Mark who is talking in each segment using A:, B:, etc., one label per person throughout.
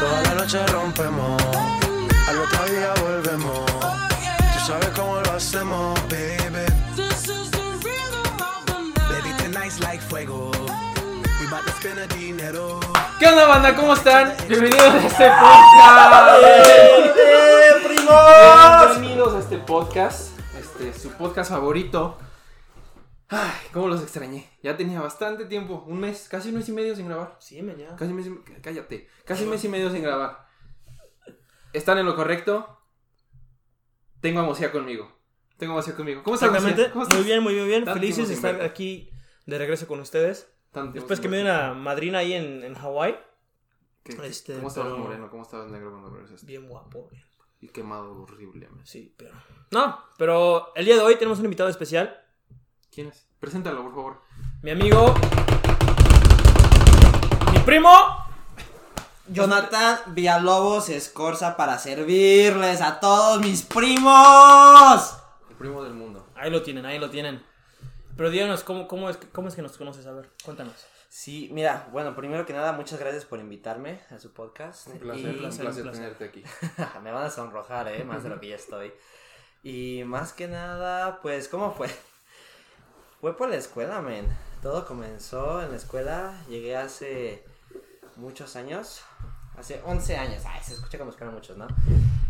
A: Toda la noche rompemos, al otro día volvemos. Tú sabes cómo lo hacemos, baby. Baby, tonight's like fuego. We bout to spend the dinero.
B: ¿Qué onda, banda? ¿Cómo están? Bienvenidos a este podcast. Bienvenidos a este podcast, este, su podcast favorito. Ay, cómo los extrañé. Ya tenía bastante tiempo, un mes, casi un mes y medio sin grabar.
C: Sí, mañana.
B: Casi un mes y- cállate, casi un mes y medio sin grabar. ¿Están en lo correcto? Tengo a Mocía conmigo. Tengo a Mocía conmigo. ¿Cómo estás,
C: Exactamente.
B: Mocía? ¿Cómo estás?
C: Muy bien, muy bien, muy bien.
B: Tanto tiempo
C: Felices de
B: sin
C: estar
B: verte.
C: aquí de regreso con ustedes.
B: Tanto tiempo
C: Después
B: sin
C: que me
B: verte.
C: dio una madrina ahí en, en Hawái.
B: ¿Qué- qué-
C: este,
B: ¿Cómo estabas
C: pero-
B: moreno? ¿Cómo estabas negro cuando regresaste?
C: Bien guapo. bien.
B: Y quemado horriblemente.
C: Sí, pero... No, pero el día de hoy tenemos un invitado especial.
B: ¿Quién es? Preséntalo, por favor.
C: Mi amigo... Mi primo...
D: Jonathan Villalobos Escorza para servirles a todos mis primos.
B: El primo del mundo.
C: Ahí lo tienen, ahí lo tienen. Pero díganos, ¿cómo, cómo, es, que- ¿cómo es que nos conoces? A ver, cuéntanos.
D: Sí, mira, bueno, primero que nada, muchas gracias por invitarme a su podcast.
B: Un placer,
D: Y-
B: un placer,
C: un placer.
B: tenerte aquí.
D: Me van a sonrojar, ¿eh? Más de lo que ya estoy. Y más que nada, pues, ¿cómo fue? Fue por la escuela, men. Todo comenzó en la escuela. Llegué hace muchos años. Hace 11 años. Ay, se escucha como si fueran muchos, ¿no?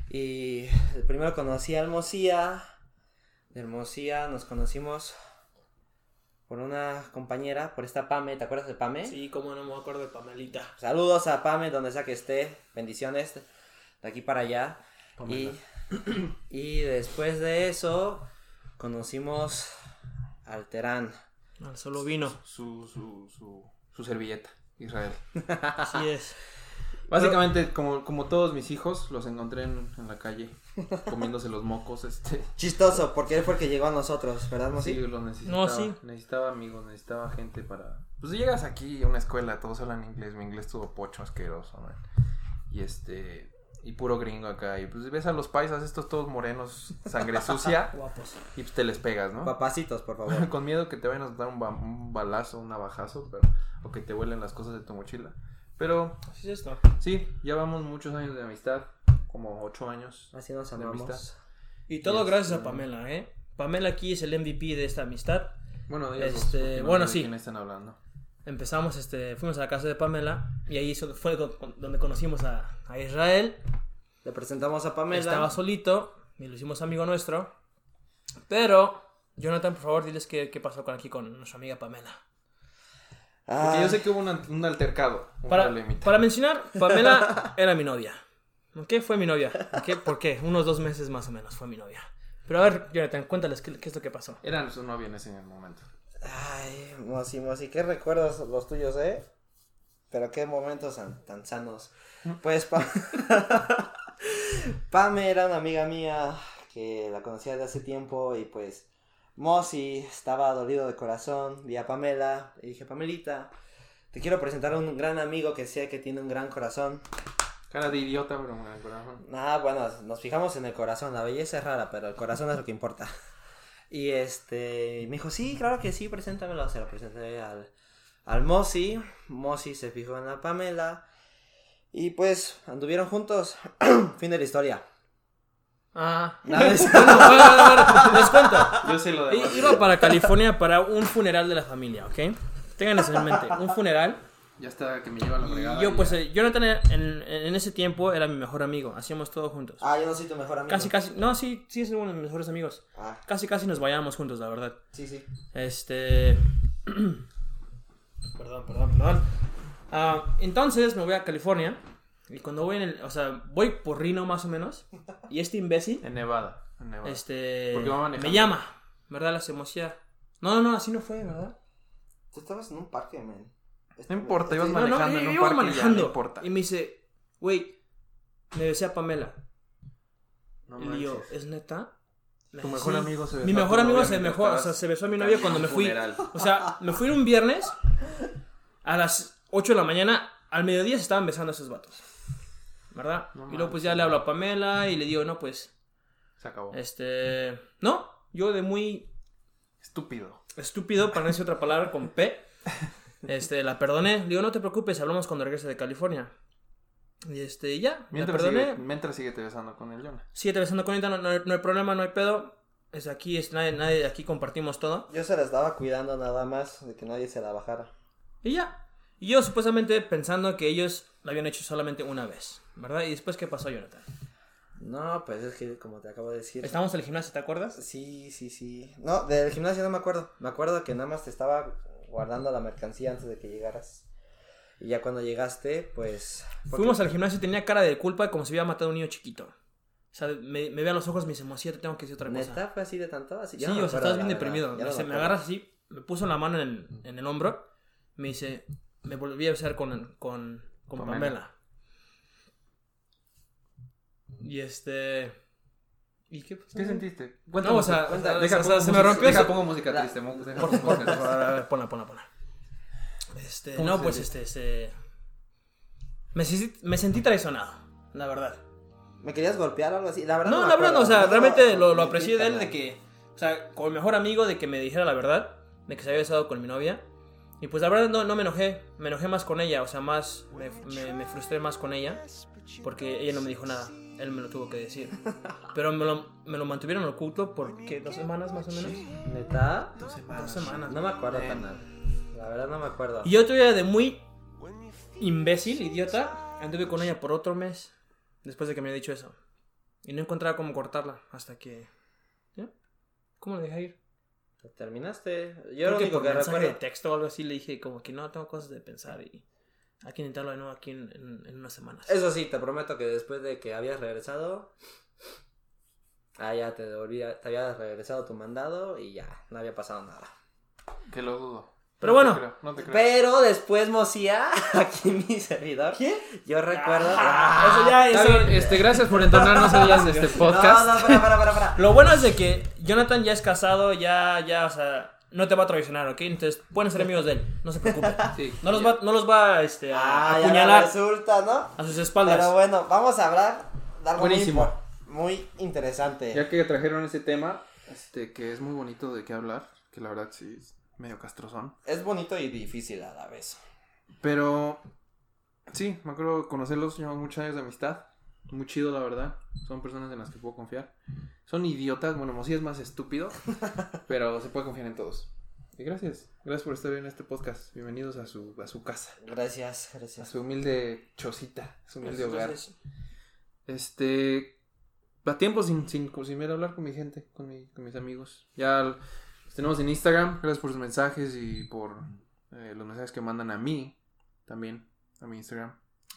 D: Y primero conocí a Hermosía. De Hermosía nos conocimos por una compañera, por esta Pame. ¿Te acuerdas de Pame?
C: Sí, cómo no me acuerdo de Pamelita.
D: Saludos a Pame, donde sea que esté. Bendiciones de aquí para allá. Y, y después de eso, conocimos al Terán.
C: Al solo vino.
B: Su, su, su, su servilleta, Israel.
C: Así es.
B: Básicamente, como, como todos mis hijos, los encontré en, en la calle comiéndose los mocos. Este,
D: Chistoso, porque él fue el que llegó a nosotros, ¿verdad? ¿No?
B: sí,
D: Sí.
B: los necesitaba.
C: No, sí.
B: Necesitaba amigos, necesitaba gente para. Pues si llegas aquí a una escuela, todos hablan inglés. Mi inglés todo pocho, asqueroso, man. Y este. Y puro gringo acá. Y pues ves a los paisas, estos todos morenos, sangre sucia.
C: Guapos.
B: y pues te les pegas, ¿no?
D: Papacitos, por favor.
B: con miedo que te vayan a dar un, ba- un balazo, un navajazo, pero, o que te vuelen las cosas de tu mochila. Pero
C: Así es esto.
B: sí, ya vamos muchos años de amistad, como ocho años.
D: Así nos
B: De amistad.
D: amamos.
C: Y todo
B: Este-
C: gracias a Pamela, ¿eh? Pamela aquí es el MVP de esta amistad.
B: Bueno, de ellos dos,
C: Este,
B: porque no
C: bueno,
B: sé de
C: sí.
B: quién están hablando?
C: Empezamos, este, fuimos a la casa de Pamela y ahí so- fue do- donde conocimos a, a Israel.
D: Le presentamos a Pamela.
C: Estaba solito y lo hicimos amigo nuestro. Pero, Jonathan, por favor, diles qué, qué pasó con aquí con nuestra amiga Pamela.
B: Porque
D: Ah,
B: yo sé que hubo un, an- un altercado. un
C: Para,
B: problemita.
C: para mencionar, Pamela era mi novia. ¿Qué fue mi novia? ¿Qué, ¿Por qué? Unos dos meses más o menos fue mi novia. Pero a ver, Jonathan, cuéntales qué, qué es lo que pasó.
B: Eran su novia en ese momento.
D: Ay, Mosi, Mosi, qué recuerdos los tuyos, ¿eh? Pero qué momentos tan, tan sanos. Pues, pa... Pame era una amiga mía que la conocía de hace tiempo y pues Mosi estaba dolido de corazón. Vi a Pamela y dije, Pamelita, te quiero presentar a un gran amigo que sé que tiene un gran corazón.
B: Cara de idiota, pero me acuerdo.
D: Ah, bueno, nos fijamos en el corazón, la belleza es rara, pero el corazón es lo que importa. Y este, me dijo, sí, claro que sí, preséntamelo, se lo presenté al, al Mosi, Mosi se fijó en la Pamela, y pues, anduvieron juntos, fin de la historia.
C: Ah,
D: Nada es-
C: bueno, a ver, a ver, a ver, les cuento.
B: Yo sé lo
C: I-
B: demás.
C: Iba para California para un funeral de la familia, ¿ok? Tengan eso en mente, un funeral.
B: Ya está que me lleva la fregada.
C: Y yo,
B: y
C: pues,
B: ya.
C: eh, Jonathan era- en, en ese tiempo era mi mejor amigo, hacíamos todo juntos.
D: Ah, yo no soy tu mejor amigo.
C: Casi, casi, no, sí, sí es uno de mis mejores amigos.
D: Ah,
C: Casi, casi nos vayamos juntos, la verdad.
D: sí, sí.
C: Este. perdón, perdón, perdón. Ah, entonces me voy a California. Y cuando voy en el. O sea, voy por Reno más o menos. Y este imbécil.
B: En Nevada. En Nevada.
C: Este.
B: Porque va manejando.
C: Me llama, ¿verdad? La emociones. No, no, no, así no fue, ¿verdad?
D: Tú estabas en un parque, Este, man.
B: No importa, ibas
C: No, no,
B: manejando en
C: yo
B: un
C: iba
B: parque y ya, no
C: manejando.
B: importa.
C: Y me dice, güey, me besé a Pamela.
B: No
C: y yo,
B: manches.
C: ¿es neta? Me
B: Tu
C: dice,
B: mejor
C: "Sí".
B: amigo se besó
C: Mi
B: a tu
C: mejor amigo
B: novia
C: se,
B: mientras
C: mejor, o sea,
B: estabas
C: se besó a mi novia cuando me fui.
B: camino a un funeral.
C: O sea, me fui un viernes a las 8 de la mañana. Al mediodía se estaban besando a esos vatos. ¿verdad?
B: No
C: y luego
B: manches.
C: pues ya le hablo a Pamela y le digo, no, pues,
B: Se acabó.
C: este, no, yo de muy
B: Estúpido.
C: estúpido, para no decir otra palabra, con P, este, la perdoné, le digo, no te preocupes, hablamos cuando regrese de California. Y este, y ya, la
B: Mientras
C: perdoné,
B: sigue, mientras sigue te besando con el Jonah.
C: sigue atravesando con ella, no, no hay- no hay problema, no hay pedo, es aquí, es nadie, nadie, aquí compartimos todo.
D: Yo se la estaba cuidando nada más de que nadie se la bajara.
C: Y ya. Y yo supuestamente pensando que ellos lo habían hecho solamente una vez, ¿verdad? Y después, ¿qué pasó, Jonathan?
D: No, pues es que como te acabo de decir.
C: Estábamos en el gimnasio, ¿te acuerdas?
D: Sí, sí, sí. No, del gimnasio no me acuerdo. Me acuerdo que nada más te estaba guardando la mercancía antes de que llegaras. Y ya cuando llegaste, pues... porque-
C: Fuimos al gimnasio y tenía cara de culpa como si hubiera matado a un niño chiquito. O sea, me, me ve a los ojos, me dice, Mocía, te tengo que decir otra cosa.
D: ¿Neta fue así de tanto? Así,
C: Sí,
D: yo no me
C: o sea,
D: acuerdo,
C: estabas bien
D: la verdad.
C: deprimido.
D: Ya no
C: se
D: me
C: me
D: acuerdo.
C: agarras así, me puso la mano en, en el hombro, me dice, me volví a besar con, con, con
B: Pamela.
C: Pamela. Y este... ¿Y qué pasó?
B: ¿Qué sentiste?
C: No, o sea,
B: Cuenta-
C: o sea,
B: deja,
C: o sea,
B: pongo
C: se me
B: música-
C: rompió
B: Deja,
C: eso.
B: pongo música
D: La-
B: triste. mo- deja,
C: Por
B: pongo
C: favor,
B: música triste.
C: a ver, ponla, ponla, ponla. Este,
B: ¿Cómo
C: no,
B: se
C: pues
B: siente?
C: este, este. Me, sentí- me sentí traicionado, la verdad.
D: ¿Me querías golpear o algo así? La verdad
C: No,
D: me
C: la verdad, no, o
D: acuerdo.
C: sea,
D: No,
C: realmente
D: no,
C: lo, lo
D: ni
C: aprecié de él,
D: pinta
C: de
D: nada.
C: que, o sea, como mejor amigo, de que me dijera la verdad, de que se había besado con mi novia. Y pues la verdad no, no me enojé, me enojé más con ella, o sea, más, me, me- me frustré más con ella, porque ella no me dijo nada, él me lo tuvo que decir. Pero me lo, me lo mantuvieron oculto por, ¿qué? ¿Dos semanas más o menos?
D: ¿Neta?
B: Dos
C: Dos
B: semanas.
C: semanas.
D: No me acuerdo
B: Eh.
D: tan nada. La verdad no me acuerdo.
C: Y yo todavía de muy imbécil, idiota, anduve con ella por otro mes después de que me había dicho eso. Y no encontraba cómo cortarla hasta que... ¿Ya? ¿Cómo la dejé ir?
D: ¿Te ¿Terminaste? Yo
C: Creo
D: lo
C: que
D: único
C: por
D: que
C: mensaje
D: recuerdo...
C: de texto o algo así le dije como que no, tengo cosas de pensar y hay que intentarlo de nuevo aquí en, en- en unas semanas.
D: Eso sí, te prometo que después de que habías regresado... Ah, ya te devolvía, te había regresado tu mandado y ya, no había pasado nada.
B: Que lo dudo.
C: Pero
B: No te
C: bueno.
B: creo, No te creo.
D: Pero después Mocía, aquí mi servidor. ¿Qué? Yo recuerdo.
B: Ah.
C: Eso ya
B: Está
C: eso-
B: bien, este, gracias por entonarnos ellas en este podcast.
D: No, no, para, para, para, para.
C: Lo bueno es de que Jonathan ya es casado, ya, ya, o sea, no te va a traicionar, ¿ok? Entonces pueden ser amigos de él, no se preocupen.
B: Sí.
C: No los va, no los va este, a
D: Ah, ya ahora
C: apuñalar
D: resulta, ¿no?
C: a sus espaldas.
D: Pero bueno, vamos a hablar de algo muy
B: Buenísimo.
D: impor- Muy, interesante.
B: Ya que trajeron ese tema, este, que es muy bonito de qué hablar, que la verdad sí es medio castrozón.
D: Es bonito y difícil a la vez.
B: Pero sí, me acuerdo conocerlos, llevamos muchos años de amistad. Muy chido, la verdad. Son personas en las que puedo confiar. Son idiotas, bueno, Mosí es más estúpido, pero se puede confiar en todos. Y gracias, gracias por estar en este podcast. Bienvenidos a su, a su casa,
D: Gracias,
B: a
D: gracias.
B: su humilde chocita, a su humilde hogar.
C: Entonces,
B: Este. A tiempo sin, sin, sin ver hablar con mi gente, con, mi- con mis amigos. Ya l- los tenemos en Instagram. Gracias por sus mensajes y por eh, los mensajes que mandan a mí también, a mi Instagram.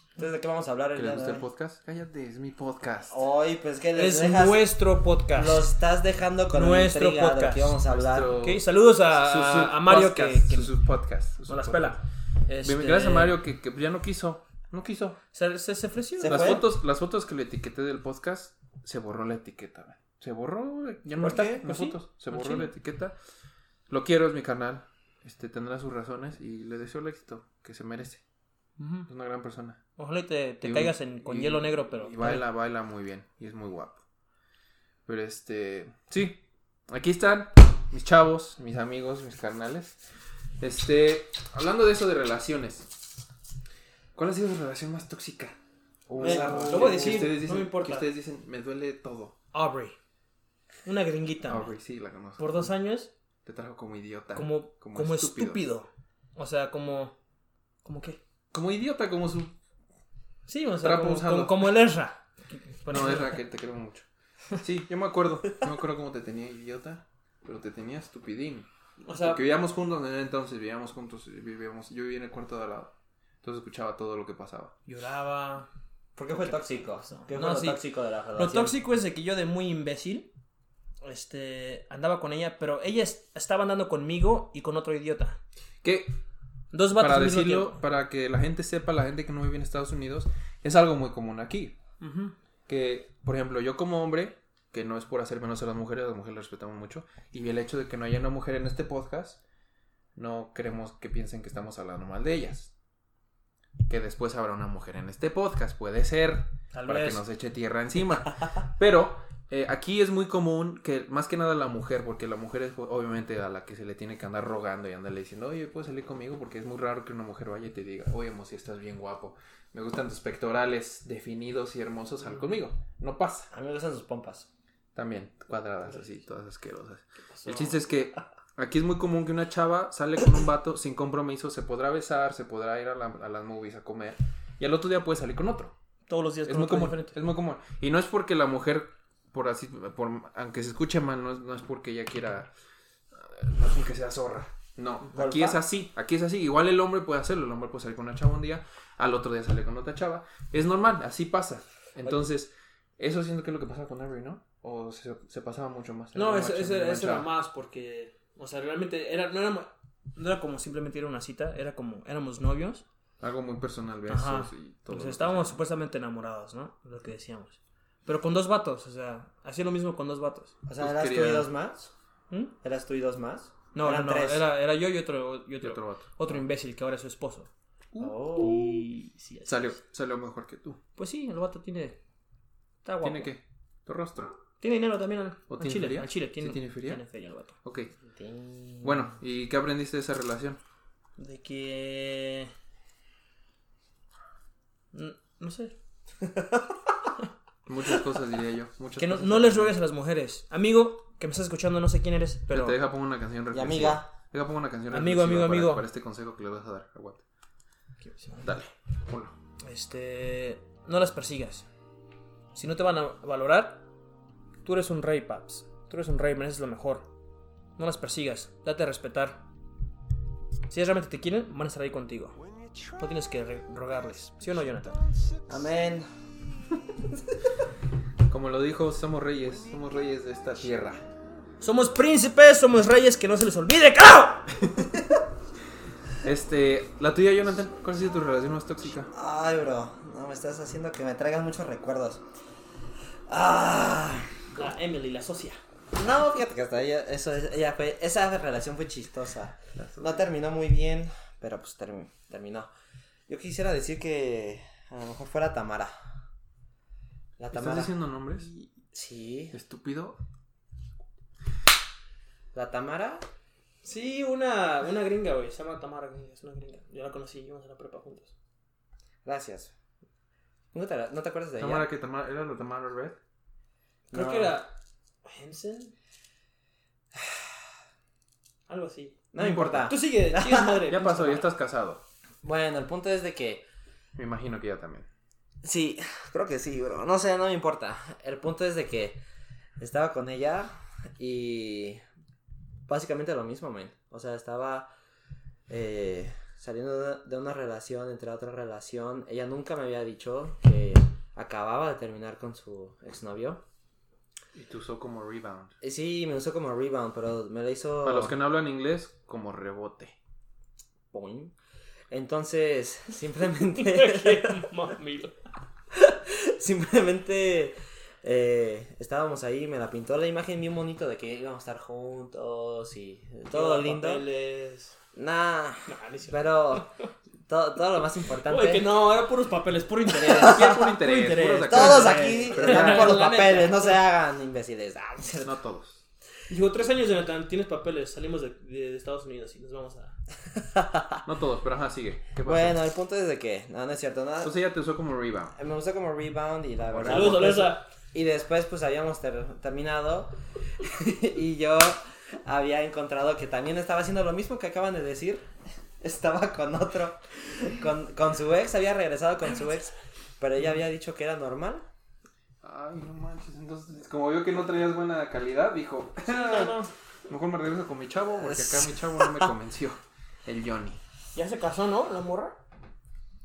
D: Entonces, ¿de qué vamos a hablar
B: Que
D: el día
B: les gusta
D: de
B: el
D: hoy?
B: podcast. Cállate, es mi podcast.
C: Oh,
D: Hoy, pues, ¿qué les
C: Es
D: dejas?
C: nuestro podcast.
D: Lo estás dejando con
C: Nuestro
D: la intriga de
C: podcast.
D: qué vamos a hablar.
B: Nuestro-
C: Ok, Saludos a,
B: Su- su
C: a Mario que,
B: podcast,
C: que
B: su- su podcast. su- su
C: nos las
B: podcast.
C: pela. Este,
B: Bien, Gracias a Mario que, que ya no quiso. No quiso.
C: Se, se, se ofreció.
D: Se
B: Las
D: fue?
B: fotos, las fotos que le etiqueté del podcast, se borró la etiqueta, güey. Se borró, güey. ya no
C: ¿Por
B: está
C: qué?
B: las
C: Pues sí,
B: fotos. Se
C: al
B: borró
C: chile.
B: la etiqueta. Lo quiero, es mi canal. Este tendrá sus razones y le deseo el éxito que se merece.
C: Ujú.
B: Es una gran persona.
C: Ojalá y te, te
B: Y un-
C: caigas en, con
B: y-
C: hielo negro, pero.
B: Y baila, baila muy bien. Y es muy guapo. Pero este. Sí. Aquí están. Mis chavos, mis amigos, mis carnales. Este. Hablando de eso de relaciones. ¿Cuál ha sido su relación más tóxica? O
C: Eh,
B: esa
C: lo voy a
B: que
C: decir,
B: ustedes
C: no
B: dicen-
C: me importa.
B: Que ustedes dicen, me duele todo.
C: Aubrey. Una gringuita.
B: Aubrey, sí, la conozco.
C: Por dos años,
B: Te trajo como idiota.
C: como, como, estúpido. O sea, como. ¿Como qué?
B: Como idiota, como su.
C: Sí, o sea,
B: Trapo
C: como,
B: usado.
C: como, como el Ezra.
B: no, es Raquel, te quiero mucho. Sí, yo me acuerdo. Yo me acuerdo cómo te tenía idiota, pero te tenía estupidín.
C: O sea,
B: Porque vivíamos juntos en el entonces, vivíamos juntos, vivíamos, yo vivía en el cuarto de al lado. Entonces escuchaba todo lo que pasaba.
C: lloraba.
D: ¿Por qué fue tóxico? ¿Qué fue
C: No,
D: lo
C: sí.
D: tóxico de la relación?
C: Lo tóxico es de que yo de muy imbécil este, andaba con ella, pero ella es- estaba andando conmigo y con otro idiota.
B: Que,
C: Dos vatos
B: para
C: al mismo
B: decirlo,
C: tiempo.
B: para que la gente sepa, la gente que no vive en Estados Unidos, es algo muy común aquí.
C: Ujú.
B: Que, por ejemplo, yo como hombre, que no es por hacer menos a las mujeres, a las mujeres las respetamos mucho, y el hecho de que no haya una mujer en este podcast, no queremos que piensen que estamos hablando mal de ellas. que después habrá una mujer en este podcast, puede ser,
C: Tal
B: para
C: vez.
B: que nos eche tierra encima. Pero eh, aquí es muy común que más que nada la mujer, porque la mujer es pues, obviamente a la que se le tiene que andar rogando y andarle diciendo, oye, ¿puedes salir conmigo? Porque es muy raro que una mujer vaya y te diga, oye, Mosi, estás bien guapo, me gustan tus pectorales definidos y hermosos, sal conmigo. No pasa.
D: A mí me gustan sus pompas.
B: También cuadradas así, todas asquerosas. El chiste es que aquí es muy común que una chava sale con un vato sin compromiso, se podrá besar, se podrá ir a, la- a las movies a comer y al otro día puede salir con otro.
C: Todos los días
B: Es
C: con
B: muy
C: otro
B: común,
C: diferente.
B: es muy común. Y no es porque la mujer, por así, por, aunque se escuche mal, no es, no es porque ella quiera, no es porque sea zorra. No,
D: Golfa.
B: aquí es así, aquí es así. Igual el hombre puede hacerlo, el hombre puede salir con una chava un día, al otro día sale con otra chava. Es normal, así pasa. Entonces, eso siento que es lo que pasa con Avery, ¿no? O se, se pasaba mucho más.
C: No,
B: Era
C: eso,
B: macho,
C: eso-
B: muy
C: eso era
B: manchado.
C: más porque, o sea, realmente era, no, era, no era como simplemente ir a una cita, era como éramos novios,
B: Algo muy personal,
C: Ajá.
B: besos y todo.
C: pues
B: lo que
C: estábamos
B: sea.
C: supuestamente enamorados, ¿no? Lo que decíamos. Pero con dos vatos, o sea, hacía lo mismo con dos vatos.
D: O sea,
B: Pues
D: ¿eras tú
B: quería-
D: y dos más?
C: ¿Mm?
D: ¿Eras tú y dos más?
C: No, no,
D: Eran
C: no,
D: tres.
C: era, era yo y otro, y
B: Y
C: otro,
B: otro vato.
C: otro imbécil que ahora es su esposo.
D: Oh.
C: Y sí, así
B: Salió,
C: es.
B: salió mejor que tú.
C: Pues sí, el vato tiene. Está guapo.
B: ¿Tiene qué? Tu rostro.
C: Tiene dinero también al,
B: ¿O
C: al
B: tiene
C: Chile.
B: feria?
C: Al Chile tiene,
B: ¿Sí tiene feria?
C: el vato.
B: Ok. Bueno, ¿y qué aprendiste de esa relación?
C: De que. No, no sé.
B: Muchas cosas diría yo. Muchas
C: Que no,
B: cosas.
C: no les ruegues a las mujeres. Amigo, que me estás escuchando, no sé quién eres, pero.
B: Te deja pongo una canción
D: Y
B: reflexiva.
D: amiga.
B: Deja pongo una canción
C: Amigo,
B: reflexiva
C: amigo,
B: para,
C: amigo.
B: Para este consejo que le vas a dar. Aguante. Dale. Ponlo.
C: Este. No las persigas. Si no te van a valorar, tú eres un rey, paps. Tú eres un rey, mereces lo mejor. No las persigas, date a respetar. Si ellas realmente te quieren, van a estar ahí contigo. No tienes que re- rogarles. ¿Sí o no, Jonathan?
D: Amén.
B: Como lo dijo, somos reyes. Somos reyes de esta tierra.
C: Somos príncipes, somos reyes, que no se les olvide, carajo.
B: Este, la tuya, Jonathan. ¿Cuál ha sido tu relación más tóxica?
D: Ay, bro. No, me estás haciendo que me traigan muchos recuerdos. Ah.
C: La Emily, la socia.
D: No, fíjate que hasta ella, eso, es- ella fue, esa relación fue chistosa. No terminó muy bien, pero pues termi- terminó. Yo quisiera decir que a lo mejor fuera Tamara. La
B: ¿Estás
D: Tamara.
B: diciendo nombres?
D: Sí,
B: Estúpido.
D: la Tamara.
C: Sí, una, una gringa, güey. Se llama Tamara, güey, es una gringa. Yo la conocí, íbamos a la prepa juntos.
D: Gracias. ¿No te, no te acuerdas de ella?
B: Tamara, que Tamara, ¿era la Tamara Red?
C: Creo
D: No.
C: que era Henson. Algo así.
D: No me importa.
C: Tú sigue, sigue madre.
B: Ya pasó, ya estás casado.
D: Bueno, el punto es de que.
B: Me imagino que ya también.
D: Sí, creo que sí, bro. No sé, no me importa. El punto es de que estaba con ella y básicamente lo mismo, men. O sea, estaba eh, saliendo de una, de una relación, entre otra relación. Ella nunca me había dicho que acababa de terminar con su exnovio.
B: Y tú usó como rebound.
D: Y sí, me usó como rebound, pero me lo
C: Oh.
D: hizo...
B: Para los que no hablan inglés, como rebote.
D: Boing. Entonces, simplemente...
C: Qué mami.
D: Simplemente eh, estábamos ahí, me la pintó la imagen bien bonito de que íbamos a estar juntos y todo lindo.
C: Papeles.
D: Nah,
C: No, no es cierto.
D: pero todo, todo lo más importante.
C: Oye, que no, era puros papeles, puro interés.
B: Aquí es puro interés, puros acá.
D: Todos aquí
B: Pero
D: están
B: ya,
D: por los
C: la neta.
D: papeles, no se hagan imbéciles. Ah, no es cierto.
B: No todos.
C: Dijo, tres años, Jonathan, tienes papeles, salimos de, de- de Estados Unidos y nos vamos a...
B: No todos, pero ajá, sigue. ¿Qué pasó?
D: Bueno, el punto es de que, no, no es cierto, nada.
C: Pues
B: Entonces ella te usó como rebound.
D: me gustó como rebound y la verdad.
C: Saludos,
D: pues,
C: saludos a...
D: Y después pues habíamos ter- terminado y yo había encontrado que también estaba haciendo lo mismo que acaban de decir. Estaba con otro, con, con su ex, había regresado con su ex, pero ella había dicho que era normal.
B: Ay, no manches. Entonces, como vio que no traías buena calidad, dijo: este,
C: No, no,
B: Mejor me regreso con mi chavo, porque acá mi chavo no me convenció. El Johnny.
C: Ya se casó, ¿no? La morra.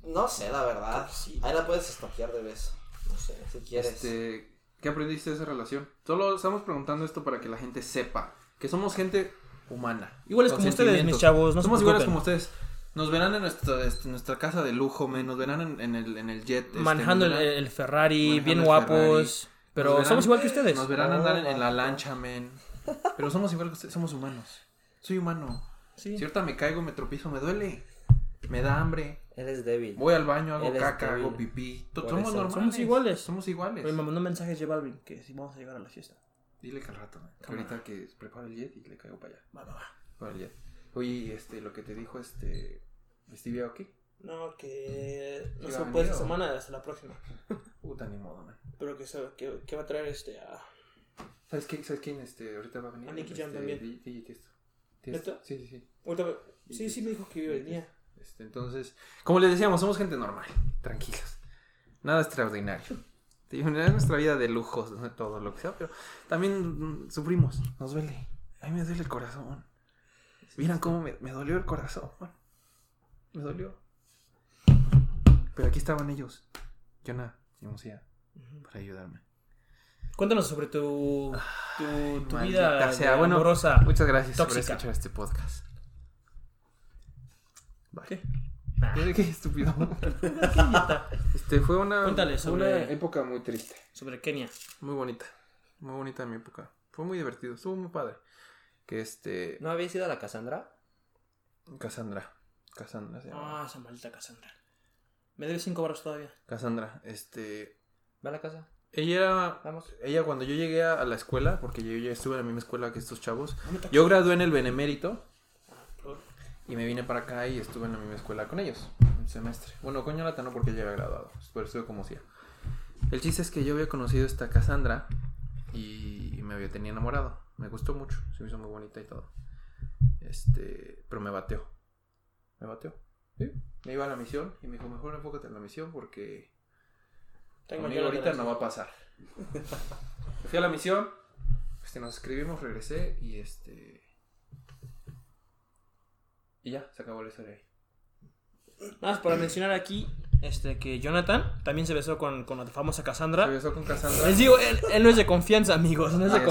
D: No sé, la verdad.
C: Sí.
D: Ahí la puedes estoquear de vez,
C: No sé.
D: si quieres.
B: Este, ¿Qué aprendiste de esa relación? Solo estamos preguntando esto para que la gente sepa que somos gente humana.
C: Iguales
B: con
C: como ustedes,
B: sentimientos.
C: mis chavos, no se
B: somos iguales
C: preocupen.
B: como ustedes. Nos verán en nuestra, este, nuestra casa de lujo, men, nos verán en, en el, en el jet. este,
C: Manejando el,
B: nos verán-
C: el Ferrari,
B: manejando
C: bien
B: el
C: guapos.
B: Ferrari.
C: Pero
B: Nos verán-
C: somos igual que ustedes.
B: Nos verán
D: No,
B: andar en, en la
D: vato.
B: lancha, men. Pero somos igual que ustedes, somos humanos. Soy humano.
C: Sí.
B: Cierta me caigo, me tropiezo, me duele. Me da hambre.
D: Eres débil.
B: Voy al baño, hago
D: Eres
B: caca,
D: débil.
B: hago pipí. To-
D: Por
B: Somos
D: eso.
B: normales.
C: Somos iguales.
B: Somos iguales.
C: Oye, me mandó mensajes de Balvin que si vamos a llegar a la fiesta.
B: Dile que al rato, man, que
C: Cámara.
B: ahorita que preparo el jet y le caigo para allá.
C: Va, va, va.
B: Para el jet. Oye, y este, lo que te dijo este. Stevie Aoki.
C: No, que no
B: Iba
C: se
B: a
C: puede
B: venir,
C: esta
B: ¿o?
C: semana, hasta la próxima.
B: Puta, ni modo, man.
C: Pero que, se- que, que va a traer este a...
B: ¿Sabes, qué, ¿Sabes quién este, ahorita va a venir?
C: A Nicky
B: este,
C: Jam también.
B: di- DJ Tiesto. Tiesto.
C: ¿Neta?
B: Sí, sí, sí.
C: Ahorita me- Sí, sí me dijo que venía.
B: Este, entonces, como les decíamos, somos gente normal, tranquilos. Nada extraordinario. Sí, Es nuestra vida de lujos, ¿no? todo lo que sea, pero también mm, sufrimos, nos duele. A mí me duele el corazón. Miran cómo me, me dolió el corazón. Me dolió. Pero aquí estaban ellos. Jonah y Musía para ayudarme.
C: Cuéntanos sobre tu, tu, tu vida
B: Maldita sea.
C: de
B: Bueno,
C: amorosa.
B: Muchas gracias por
C: Tóxica.
B: escuchar este podcast.
C: ¿Qué?
B: Qué estúpido. este fue una,
C: Cuéntale sobre-
B: una época muy triste.
C: Sobre Kenia.
B: Muy bonita. Muy bonita mi época. Fue muy divertido. Estuvo muy padre. Que este.
D: ¿No habías ido a la Cassandra?
B: Cassandra. Cassandra se llama.
C: Ah, esa maldita Cassandra. Me debe cinco baros todavía.
B: Cassandra. Este.
D: Ve a la casa.
B: Ella era.
D: Vamos.
B: Ella cuando yo llegué a a la escuela, porque yo ya estuve en la misma escuela que estos chavos,
C: No me toques.
B: yo gradué en el Benemérito
C: Perdón.
B: y me vine para acá y estuve en la misma escuela con ellos un semestre. Bueno, con Jonathan no porque ella había graduado, pero estuve como sea. El chiste es que yo había conocido a esta Cassandra y me había tenido enamorado. Me gustó mucho, se me hizo muy bonita y todo. Este, pero me bateó. Me bateó. Sí. Me iba a la misión y me dijo, mejor enfócate en la misión porque
C: Tengo
B: Conmigo
C: que
B: ahorita no va a pasar. Fui a la misión, este, nos escribimos, regresé y este. Y ya, se acabó la historia ahí.
C: Nada más para mencionar aquí este, que Jonathan también se besó con, con la famosa
B: Se
C: Cassandra.
B: besó con Cassandra.
C: Les digo, él, él no es de confianza, amigos. No es de
B: Este,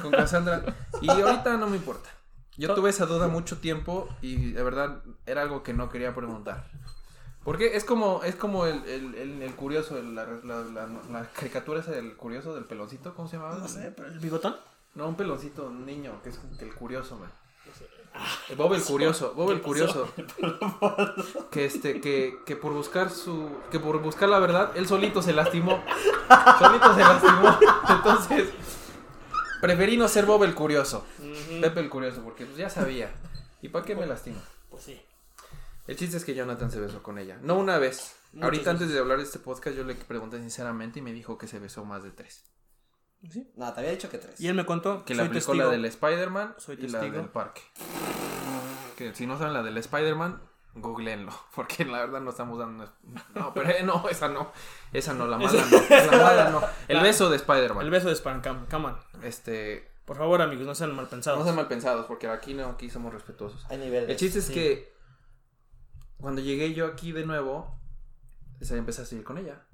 B: Con Cassandra. Y ahorita no me importa. Yo tuve esa duda mucho tiempo y de verdad era algo que no quería preguntar. Porque es como, es como el, el- el- el curioso, el- la, la- la- la caricatura esa del curioso, del peloncito, ¿cómo se llamaba?
C: No sé, pero el bigotón.
B: No, un peloncito, un niño, que es que el curioso, man. Ah, Bob el curioso, Bob el curioso. Que este, que, que por buscar su. Que por buscar la verdad, él solito se lastimó. Solito se lastimó. Entonces, preferí no ser Bob el curioso.
C: Mm.
B: Pepe el curioso, porque pues ya sabía. ¿Y para qué me lastima?
C: Pues sí.
B: El chiste es que Jonathan se besó con ella. No una vez.
C: Muchas
B: Ahorita
C: veces.
B: antes de hablar de este podcast, yo le pregunté sinceramente y me dijo que se besó más de tres.
C: ¿Sí?
D: No, te había dicho que tres.
C: Y él me contó
B: Que
C: soy
B: la aplicó
C: testigo.
B: la del Spider-Man
C: Soy
B: y la
C: testigo.
B: del parque. Que si no saben la del Spider-Man, googleenlo. Porque la verdad no estamos dando. No, pero eh, no, esa no. Esa no, la mala no. La mala no. El
C: La-
B: beso de
C: El
B: Spider-Man.
C: beso de Spancam. Come on.
B: Este.
C: Por favor, amigos, no sean mal pensados.
B: No sean mal pensados, porque aquí no, aquí somos respetuosos.
D: Hay niveles.
B: El chiste es
D: Sí.
B: que. Cuando llegué yo aquí de nuevo, se empecé a seguir con ella.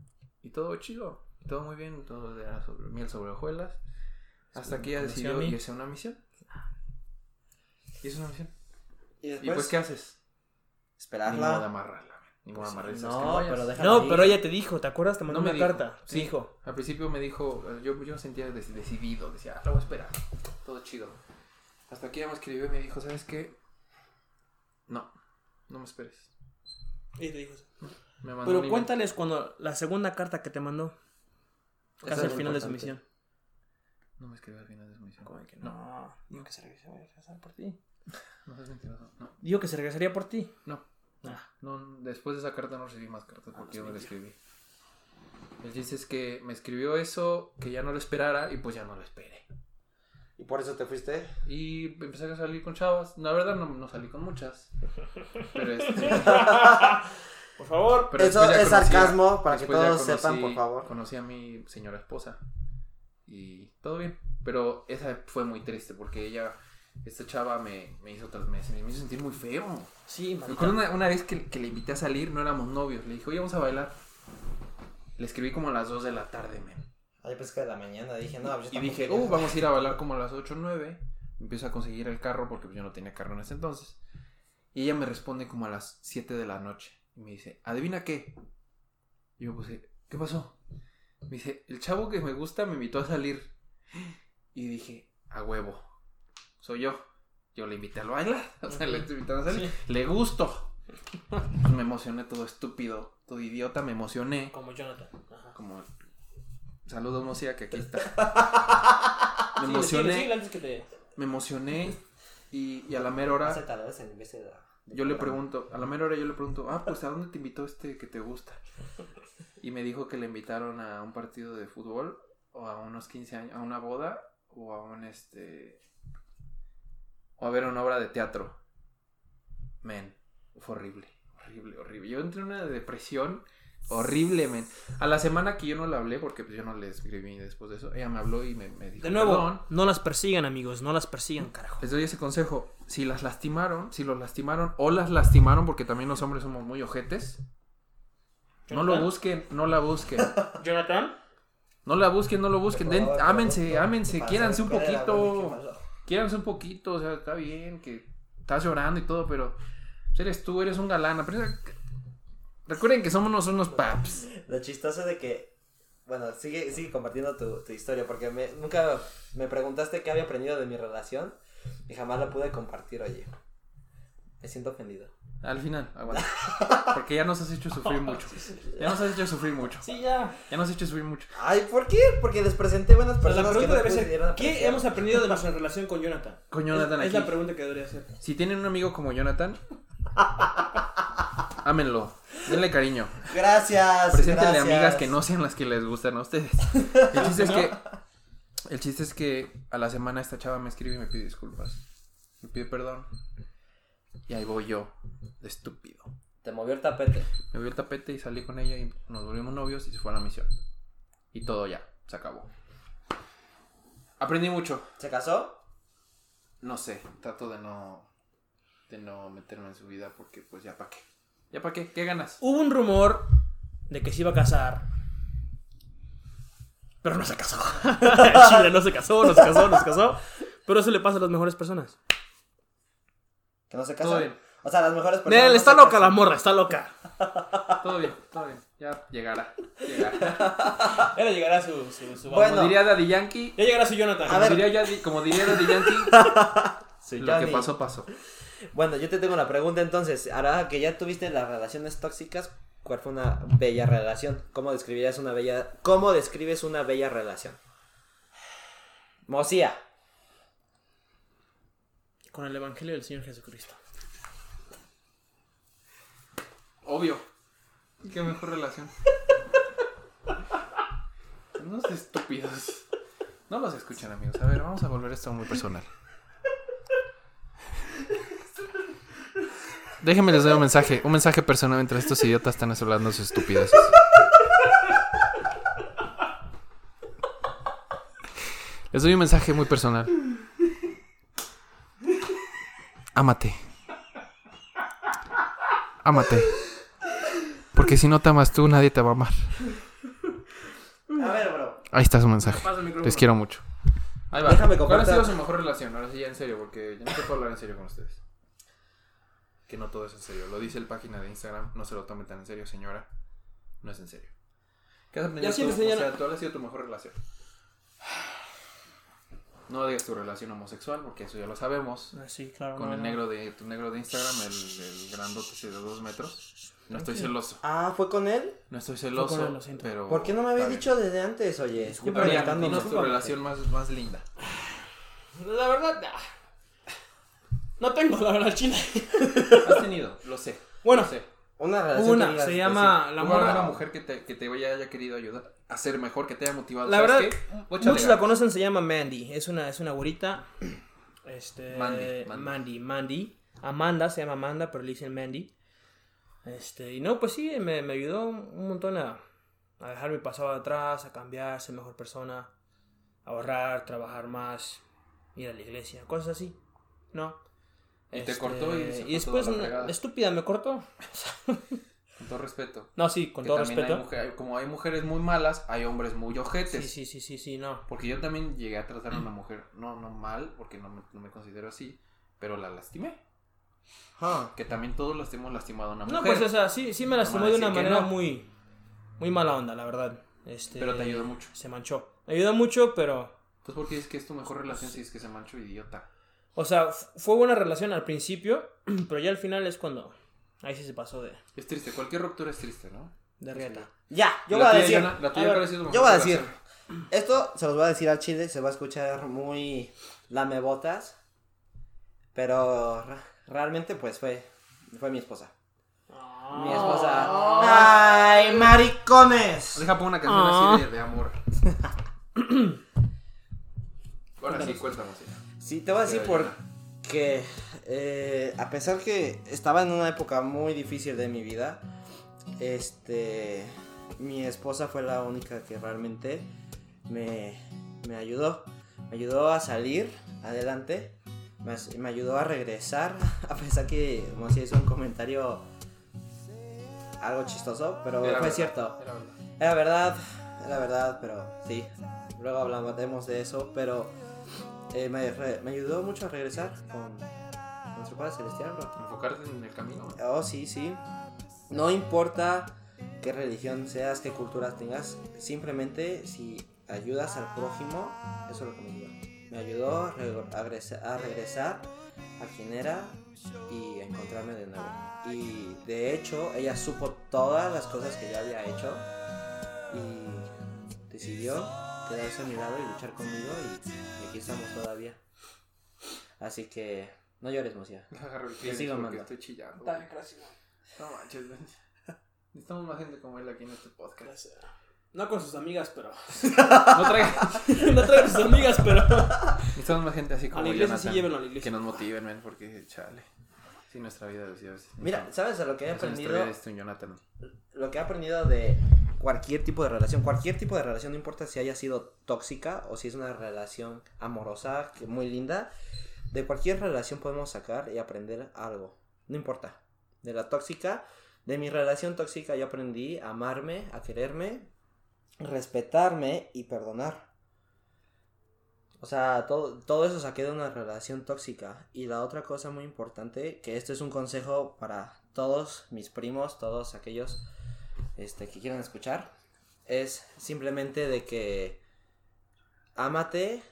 B: Y todo chido. Todo muy bien. Todo era sobre, miel sobre hojuelas. Hasta que ella
C: Conoció a
B: decidió
C: mí.
B: irse a una misión. Y es una misión.
D: ¿Y
B: ¿Y pues qué haces? Ni modo de
D: Esperarla.
B: amarrarla. man. Ni modo de amarrarla. es que
D: No,
B: vayas.
D: pero déjala
C: Pues, No,
D: ir.
C: pero ella te dijo, ¿te acuerdas? Te mandó
B: No me
C: una
B: dijo.
C: carta.
B: Sí.
C: Dijo.
B: Al principio me dijo, eh, yo, yo me sentía des- decidido, decía, "Ah, la voy a esperar, todo chido. Hasta que ella me escribió y me dijo, ¿sabes qué? No, no me esperes.
C: Y te dijo eso.
B: Me mandó un
C: Pero
B: email.
C: cuéntales cuando la segunda carta que te mandó,
B: Eso
C: casi al
B: es
C: final de su
B: importante.
C: misión.
B: No me escribió al final de su misión. No,
C: No, digo que se regresaría, regresar por ti.
B: no seas mentiroso. No,
C: Digo que se regresaría por ti.
B: no.
C: Ah.
B: No, después de esa carta no recibí más cartas porque yo no la escribí. El chiste es que me escribió eso, que ya no lo esperara y pues ya no lo esperé.
D: ¿Y por eso te fuiste?
B: Y empecé a salir con chavas. La verdad no, no salí con muchas. Pero este.
C: Por favor.
B: pero
D: Eso
B: después ya
D: es sarcasmo para que
B: después ya
D: todos sepan, por favor.
B: Conocí a mi señora esposa. Y todo bien. Pero esa fue muy triste porque ella. Esta chava me, me hizo otras meses. Me hizo sentir muy feo.
C: Sí,
B: Me
C: maldita.
B: acuerdo una, una vez que, que le invité a salir, no éramos novios. Le dije, oye, vamos a bailar. Le escribí como a las 2 de la tarde, men.
D: Ay, pues que de la mañana dije, no, pues yo
B: Y dije,
D: tampoco
B: uh, vamos a ir a bailar como a las 8 o 9. Empiezo a conseguir el carro porque pues, yo no tenía carro en ese entonces. Y ella me responde como a las 7 de la noche. Y me dice, ¿adivina qué? Y yo puse, ¿qué pasó? Me dice, el chavo que me gusta me invitó a salir. Y dije, a huevo, soy yo. Yo le invité a bailar. O sea, le estoy invitando a salir.
C: Sí.
B: Le gusto. Pues me emocioné todo estúpido, todo idiota, me emocioné.
C: Como Jonathan. Ajá.
B: Como. Saludos, Mocía, que aquí está. Me
C: Sí,
B: emocioné,
C: sí, sí, antes que te-
B: me emocioné y, y a la mera hora.
D: Hace calores en vez de la- de
B: Yo le
D: calor.
B: pregunto, a la mera hora yo le pregunto, ah, pues ¿a dónde te invitó este que te gusta? Y me dijo que le invitaron a un partido de fútbol, o a unos 15 años, a una boda, o a un este. o a ver una obra de teatro. Men, fue horrible, horrible, horrible. Yo entré en una depresión horrible, men. A la semana que yo no le hablé, porque pues yo no le escribí después de eso, ella me habló y me, me dijo,
C: De nuevo,
B: "Perdón".
C: no las persigan, amigos. No las persigan, carajo.
B: Les doy ese consejo. Si las lastimaron, si los lastimaron o las lastimaron, porque también los hombres somos muy ojetes, no lo
C: Jonathan.
B: busquen, no la busquen.
C: Jonathan.
B: No la busquen, no lo busquen. Den,
D: Por favor,
B: ámense,
D: por favor,
B: ámense,
D: para
B: quiéranse un
D: saber cuál era la
B: poquito.
D: única mala.
B: Quiéranse un poquito, o sea, está bien que estás llorando y todo, pero pues, eres tú, eres un galán. aprende a- Recuerden que somos unos paps.
D: Lo chistoso de que, bueno, sigue, sigue compartiendo tu, tu historia, porque me, nunca me preguntaste qué había aprendido de mi relación y jamás la pude compartir, oye. Me siento ofendido.
B: Al final, aguanta. Porque ya nos has hecho sufrir mucho. Ya nos has hecho sufrir mucho.
C: Sí, ya.
B: Ya nos has hecho sufrir mucho.
D: Ay, ¿por qué? Porque les presenté buenas
C: Pero la
D: personas
C: pregunta
D: que
C: debe
D: no
C: ser:
D: pudieron
C: ¿qué
D: apreciar.
C: hemos aprendido de nuestra relación con Jonathan?
B: Con Jonathan
C: es, es la
B: aquí.
C: pregunta que debería hacer.
B: Si tienen un amigo como Jonathan, ámenlo. Denle cariño.
D: Gracias.
B: Preséntenle
D: gracias.
B: amigas que no sean las que les gustan a ustedes. El chiste es que. El chiste es que a la semana esta chava me escribe y me pide disculpas. Me pide perdón. Y ahí voy yo, de estúpido.
D: Te movió el tapete.
B: Me voy el tapete y salí con ella y nos volvimos novios y se fue a la misión. Y todo ya, se acabó. Aprendí mucho.
D: ¿Se casó?
B: No sé, trato de no de no meterme en su vida porque pues ya para qué. Ya para qué, ¿qué ganas?
C: Hubo un rumor de que se iba a casar. Pero no se casó. En Chile, no se casó, no se casó, no se casó. Pero eso le pasa a las mejores personas.
D: Que no se
B: Todo
D: casó.
B: bien.
D: O sea, las mejores personas.
C: Nel,
D: Pues no
C: está
D: se
C: loca
D: casan.
C: la morra, está loca.
B: Todo bien, todo bien. Ya llegará. llegará.
C: Ya le llegará su, su, su
D: Bueno.
B: Como diría Daddy Yankee,
C: Ya llegará su Jonathan.
D: A
B: como
D: ver.
B: diría, Daddy- como diría Daddy Yankee,
D: Sí,
B: lo que
D: Johnny.
B: pasó, pasó.
D: Bueno, yo te tengo una pregunta entonces. Ahora que ya tuviste las relaciones tóxicas, ¿cuál fue una bella relación? ¿Cómo describirías una bella cómo describes una bella relación? Mosía.
C: Con el Evangelio del Señor Jesucristo.
B: Obvio. Qué mejor relación. Unos estúpidos. No los escuchan, amigos. A ver, vamos a volver esto muy personal. Déjenme les doy un mensaje, un mensaje personal mientras estos idiotas están hablando sus estupideces. Les doy un mensaje muy personal. Ámate. Ámate. Porque si no te amas tú, nadie te va a amar.
D: A ver, bro.
E: Ahí está su mensaje.
C: Pasa el micrófono.
E: Les quiero mucho.
B: Ahí va.
D: Déjame
B: ¿Cuál ha
D: compartir-
B: sido su mejor relación? Ahora sí, ya en serio, porque ya no te puedo hablar en serio con ustedes. Que no todo es en serio. Lo dice el página de Instagram. No se lo tomen tan en serio, señora. No es en serio. ¿Qué has aprendido
C: Ya sí,
B: tú?
C: señora.
B: O sea, ¿cuál ha sido tu mejor relación? No digas tu relación homosexual, porque eso ya lo sabemos.
C: Ah, sí, claro.
B: Con
C: no,
B: el
C: no.
B: negro de tu negro de Instagram, el, el grandote ese de dos metros. No estoy celoso.
D: Ah, ¿fue con él?
B: No estoy celoso.
C: él, lo siento.
B: pero
D: ¿Por qué no me
B: está
D: habías
B: bien.
D: dicho desde antes, oye?
B: Yo
D: Estoy
B: preguntándome.
D: preguntándome.
B: Dinos tu relación más, más linda.
C: La verdad. ah. No tengo, la verdad, chile.
B: Has tenido, lo sé.
C: Bueno,
B: lo sé.
D: Una relación que
C: una
D: digas
C: se
D: que
C: llama La
B: La una
C: Morra.
B: mujer que te, que te haya, haya querido ayudar a ser mejor, que te haya motivado.
C: La
B: ¿Sabes
C: verdad,
B: qué? Voy a echarle
C: muchos la
B: ganas.
C: conocen, se llama Mandy. Es una, es una güerita. Este,
B: Mandy,
C: Mandy,
B: Mandy.
C: Mandy. Amanda, se llama Amanda, pero le dicen Mandy. Este, y no, pues sí, me, me ayudó un montón a, a dejar mi pasado atrás, a cambiar, ser mejor persona, ahorrar, trabajar más, ir a la iglesia, cosas así. ¿No? Este,
B: Y te cortó y se fue
C: después,
B: toda la fregada.
C: estúpida, me cortó.
B: Con todo respeto.
C: No, sí, con
B: Que
C: todo
B: también
C: respeto.
B: hay mujer- hay- como hay mujeres muy malas, hay hombres muy
C: Sí,
B: ojetes.
C: sí, Mm. sí, sí, sí, no.
B: Porque yo también llegué a tratar a una mujer, no, no mal, porque no me, no me considero así, pero la lastimé.
D: Ah,
B: Que también todos las hemos lastimado a una mujer.
C: No, pues, o sea, sí, sí me lastimó
B: van a
C: de una
B: decir que
C: manera
B: no.
C: muy, muy mala onda, la verdad. Este,
B: Pero te ayudó mucho.
C: Se manchó. Me ayudó mucho, pero,
B: Entonces, ¿por qué es que es tu mejor
C: Pues
B: relación si es que se mancho idiota?
C: o sea, f- fue buena relación al principio, pero ya al final es cuando Ahí sí se pasó de,
B: Es triste, cualquier ruptura es triste, ¿no?
C: de reta.
D: Ya, yo
B: La
D: voy a
B: tuya,
D: decir.
B: Yana, la tuya,
C: a ver,
B: ¿cuál ha sido tu
D: Yo
B: mejor
D: voy a decir,
B: relación?
D: esto se los voy a decir al chile, se va a escuchar muy lamebotas, pero re- realmente pues fue, fue mi esposa. Mi esposa. ¡Ay, maricones!
B: Deja pongo una canción
C: Ah.
B: así de, de amor. Ahora sí, cuéntanos. ya.
D: Sí, te voy a decir
B: Pero,
D: porque eh, a pesar que estaba en una época muy difícil de mi vida, este, mi esposa fue la única que realmente me, me ayudó. Me ayudó a salir adelante, me, as- me ayudó a regresar, a pesar que, como si es un comentario algo chistoso, pero
B: Era
D: fue
B: verdad,
D: cierto.
B: era verdad.
D: Era verdad, era verdad, pero sí. Luego hablaremos de eso, pero eh, me, re- me ayudó mucho a regresar con nuestro Padre Celestial. bro.
B: Enfocarte en el camino. güey.
D: Oh, sí, sí. No importa qué religión seas, qué cultura tengas, simplemente si ayudas al prójimo, eso es lo que me ayudó. Me ayudó a reg- a regresa- a regresar a quien era y a encontrarme de nuevo. Y de hecho, ella supo todas las cosas que yo había hecho y decidió quedarse a mi lado y luchar conmigo y, y aquí estamos todavía. Así que no llores, Mosia.
B: Agarro el Kleenex
D: sigo
B: porque
D: amando.
B: estoy chillando. güey.
C: Dale, gracias.
B: No manches, güey. Necesitamos más gente como él aquí en este podcast.
C: gracias. No con sus amigas, pero.
B: No traigan.
C: no traigo sus amigas, pero.
B: Necesitamos más gente así
C: A
B: como
C: la iglesia sí
B: Jonathan,
C: llévenlo a la iglesia.
B: Que nos motiven, men, porque chale. Sí, nuestra vida sí, a veces.
D: Mira, ¿sabes a lo que he
B: he
D: aprendido?
B: aprendido. Esto, Jonathan.
D: lo que he aprendido de cualquier tipo de relación, cualquier tipo de relación, no importa si haya sido tóxica o si es una relación amorosa, que muy linda, de cualquier relación podemos sacar y aprender algo. No importa. De la tóxica, de mi relación tóxica yo aprendí a amarme, a quererme, respetarme y perdonar. O sea, todo, todo eso saqué de una relación tóxica. Y la otra cosa muy importante, que esto es un consejo para todos mis primos, todos aquellos este, que quieran escuchar, es simplemente de que ámate,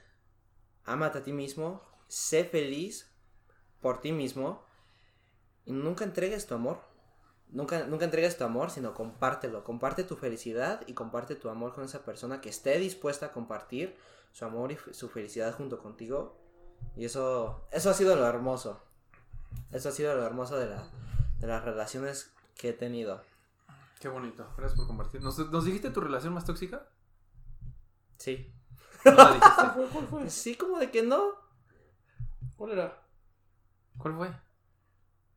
D: ámate a ti mismo, sé feliz por ti mismo y nunca entregues tu amor. Nunca, nunca entregues tu amor, sino compártelo. Comparte tu felicidad y comparte tu amor con esa persona que esté dispuesta a compartir su amor y fe- su felicidad junto contigo. Y eso, eso ha sido lo hermoso. Eso ha sido lo hermoso de, la, de las relaciones que he tenido.
B: Qué bonito. Gracias por compartir. ¿Nos, nos dijiste tu relación más tóxica?
D: Sí.
B: No la dijiste.
C: ¿Cuál Ah, fue? ¿Cuál
D: Sí, como de que no.
C: era?
B: ¿Cuál fue?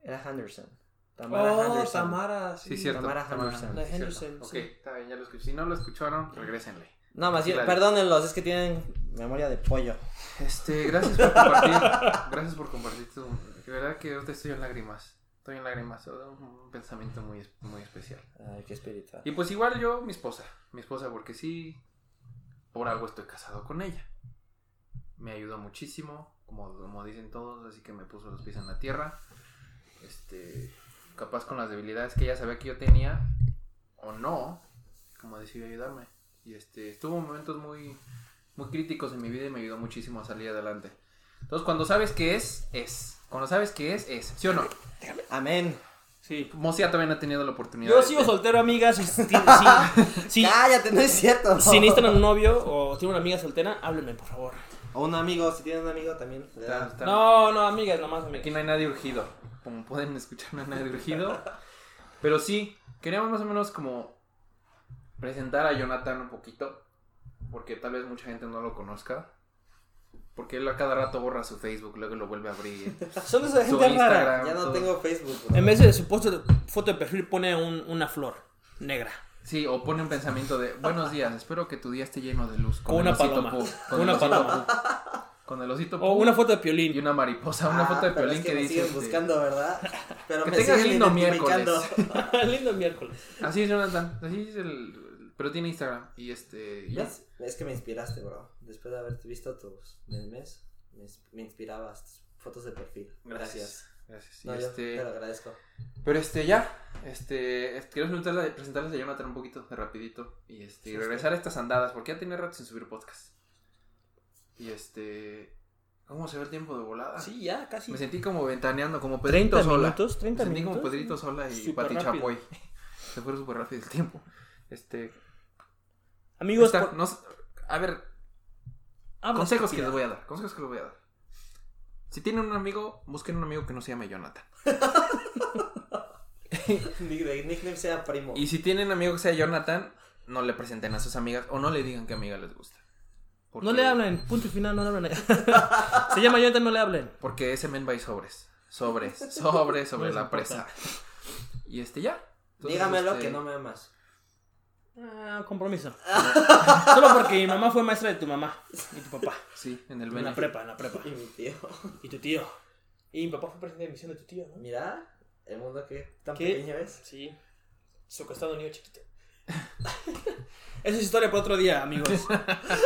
D: Era Henderson. Tamara
C: Oh,
D: Henderson.
C: Tamara.
B: Sí, cierto.
D: Tamara
B: Tamara
D: Henderson.
B: Henderson,
C: La
B: sí, cierto.
C: Henderson,
B: Ok,
C: sí.
B: está bien, ya lo escuché. Si no lo escucharon, regrésenle.
D: No, más bien,
B: Claro.
D: perdónenlos, es que tienen memoria de pollo.
B: Este, gracias por compartir. gracias por compartir tu. De verdad que ahorita estoy en lágrimas. Estoy en lágrimas. Un un pensamiento muy, es- muy especial.
D: Ay, qué espiritual.
B: Y pues igual yo, mi esposa. Mi esposa, porque sí, por algo estoy casado con ella. Me ayudó muchísimo, como, como dicen todos, así que me puso los pies en la tierra. Este, capaz con las debilidades que ella sabía que yo tenía, o no, como decidió ayudarme. Y este, estuvo momentos muy, muy críticos en mi vida y me ayudó muchísimo a salir adelante. Entonces, cuando sabes que es, es. Cuando sabes que es, es. ¿Sí o no?
D: Amén.
C: Sí.
B: Mosia también ha tenido la oportunidad.
C: Yo
B: de-
C: sigo soltero, amigas. Si, si, si- si-
D: Cállate, no es cierto.
C: si necesitan un novio o tienen una amiga soltera, háblenme, por favor.
D: O un amigo, si tienen un amigo también. le
B: Está-
D: da-
B: está-
C: No, no, amigas, nomás
B: Aquí
C: amigas.
B: no hay nadie urgido. Como pueden escuchar, no hay nadie urgido. Pero sí, queríamos más o menos como presentar a Jonathan un poquito. Porque tal vez mucha gente no lo conozca. Porque él a cada rato borra su Facebook, luego lo vuelve a abrir.
C: Son de esa
B: Su
C: gente rara.
B: Instagram.
D: Ya no
B: todo.
D: tengo Facebook. bro.
C: En vez de su foto de, foto de perfil, pone un- una flor negra.
B: Sí, o pone un pensamiento de buenos días, espero que tu día esté lleno de luz.
C: Con
B: el
C: una
B: osito
C: paloma.
B: Pooh,
C: Con
B: el
C: una
B: osito
C: paloma.
B: Pooh. Con el osito
C: O
B: Pooh
C: una foto de
B: y
C: piolín.
B: una mariposa, una
D: Ah,
B: foto de
D: pero
B: Piolín
D: es
B: que,
D: me
B: dice.
D: siguen
B: este,
D: buscando, ¿verdad? Pero
B: Que
D: me
B: tengas
D: siguen
B: lindo
D: identificando.
B: miércoles.
C: Lindo miércoles.
B: Así es Jonathan, así es el... Pero tiene Instagram y este... y-
D: ¿Ves? Es que me inspiraste, bro. Después de haber visto tus memes, me, ins- me inspirabas tus fotos de perfil. Gracias.
B: Gracias. Y
D: No, yo
B: este,
D: te lo agradezco.
B: Pero este, ya. Este, este, queremos presentarle- presentarles a Jonathan un poquito de rapidito. Y este, y regresar a estas andadas, porque ya tiene rato sin subir podcast. Y este. ¿Cómo se ve el tiempo de volada?
C: Sí, ya, casi.
B: Me sentí como ventaneando, como
C: 30
B: Pedrito Sola.
C: minutos, 30
B: Me sentí
C: minutos.
B: como Pedrito Sola y
C: Súper
B: Pati
C: rápido.
B: Chapoy. Se fue súper rápido el tiempo. Este.
C: Amigos,
B: está-
C: por-
B: no s- a ver,
C: habla
B: consejos que
C: estúpida.
B: les voy a dar. Consejos que les voy a dar. Si tienen un amigo, busquen un amigo que no se llame Jonathan.
D: Nick- Nickname sea primo.
B: Y si tienen un amigo que sea Jonathan, no le presenten a sus amigas o no le digan qué amiga les gusta. Porque-
C: No le hablen, punto y final, no le hablen. Se llama Jonathan, no le hablen.
B: Porque ese men va y sobres. Sobres, sobres, sobre
C: les
B: la
C: importa.
B: presa. Y este ya. Entonces,
D: Dígamelo
B: este,
D: que no me amas.
C: Ah, compromiso. Solo porque mi mamá fue maestra de tu mamá y tu papá.
B: Sí, en el
C: En la
B: Bene.
C: prepa, en la prepa.
D: Y mi tío.
C: Y tu tío. Y mi papá fue presidente de misión de tu tío, ¿no?
D: Mira, el mundo que tan
C: ¿Qué?
D: pequeño es.
C: Sí. Secuestrado niño chiquito. Esa es historia para otro día, amigos.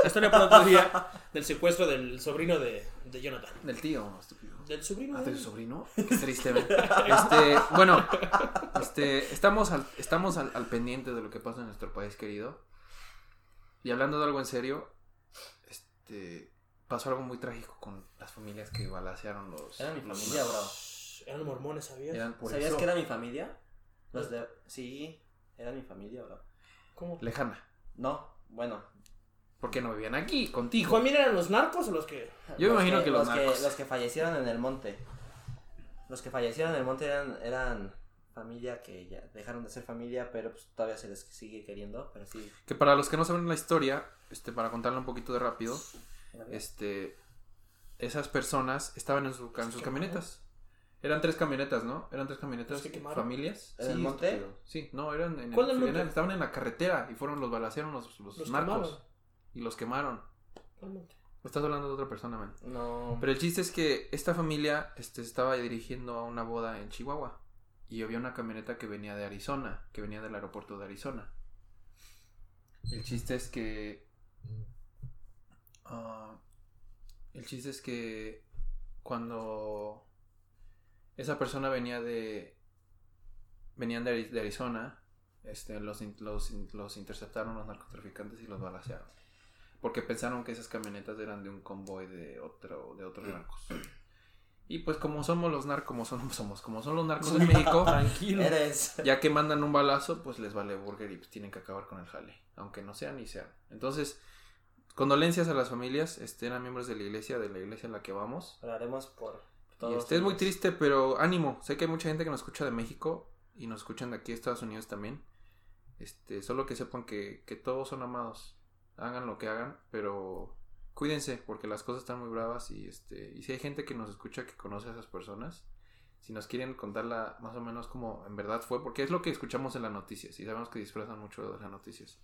C: historia para otro día del secuestro del sobrino de, de Jonathan.
B: Del tío, estúpido.
C: Del sobrino
B: Ah,
C: de
B: ¿de su sobrino? Qué triste, men. Este, bueno, este, estamos, al, estamos al, al pendiente de lo que pasa en nuestro país querido. Y hablando de algo en serio, este, pasó algo muy trágico con las familias que balacearon los...
D: Era mi
B: los-
D: familia, bro.
C: Eran mormones, ¿sabías?
B: Eran por
D: ¿Sabías
B: eso,
D: que era mi familia? Los de... Sí, era mi familia, bro.
C: ¿Cómo?
B: Lejana.
D: No, bueno.
B: Porque no vivían aquí, contigo.
C: ¿También eran los narcos o los que?
B: Yo me imagino que los
D: que
B: narcos.
D: Los que fallecieron en el monte. Los que fallecieron en el monte eran, eran familia que ya dejaron de ser familia, pero pues todavía se les sigue queriendo, pero sí.
B: Que para los que no saben la historia, este, para contarla un poquito de rápido, este, esas personas estaban en, su, en sus camionetas. Eran tres camionetas, ¿no? Eran tres camionetas,
C: ¿Los que quemaron?
B: familias.
D: ¿En el monte?
B: estúpido. Sí, no, eran en el-
C: ¿Cuál del monte?
B: eran- estaban en la carretera y fueron los balacearon los, los,
C: Los
B: narcos
C: quemaron.
B: y los quemaron.
C: Realmente.
B: Estás hablando de otra persona, man.
D: No.
B: Pero el chiste es que esta familia este, se estaba dirigiendo a una boda en Chihuahua y había una camioneta que venía de Arizona, que venía del aeropuerto de Arizona. El chiste es que... ah, el chiste es que cuando esa persona venía de... Venían de, Ari- de Arizona, este, los, in- los, in- los interceptaron los narcotraficantes y los balacearon. Porque pensaron que esas camionetas eran de un convoy de otro, de otros narcos. Y pues como somos los narcos, como son- somos, como son los narcos en México,
C: Tranquilo.
D: Eres.
B: ya que mandan un balazo, pues les vale burger y pues tienen que acabar con el jale, aunque no sean ni sean. Entonces, condolencias a las familias, este, eran miembros de la iglesia, de la iglesia en la que vamos.
D: Oraremos por
B: Y
D: todos.
B: este es muy
D: ellos.
B: triste, pero ánimo. Sé que hay mucha gente que nos escucha de México y nos escuchan de aquí de Estados Unidos también. Este, solo que sepan que, que todos son amados. Hagan lo que hagan, pero cuídense porque las cosas están muy bravas y este y si hay gente que nos escucha que conoce a esas personas, si nos quieren contarla más o menos como en verdad fue, porque es lo que escuchamos en las noticias y sabemos que disfrazan mucho de las noticias.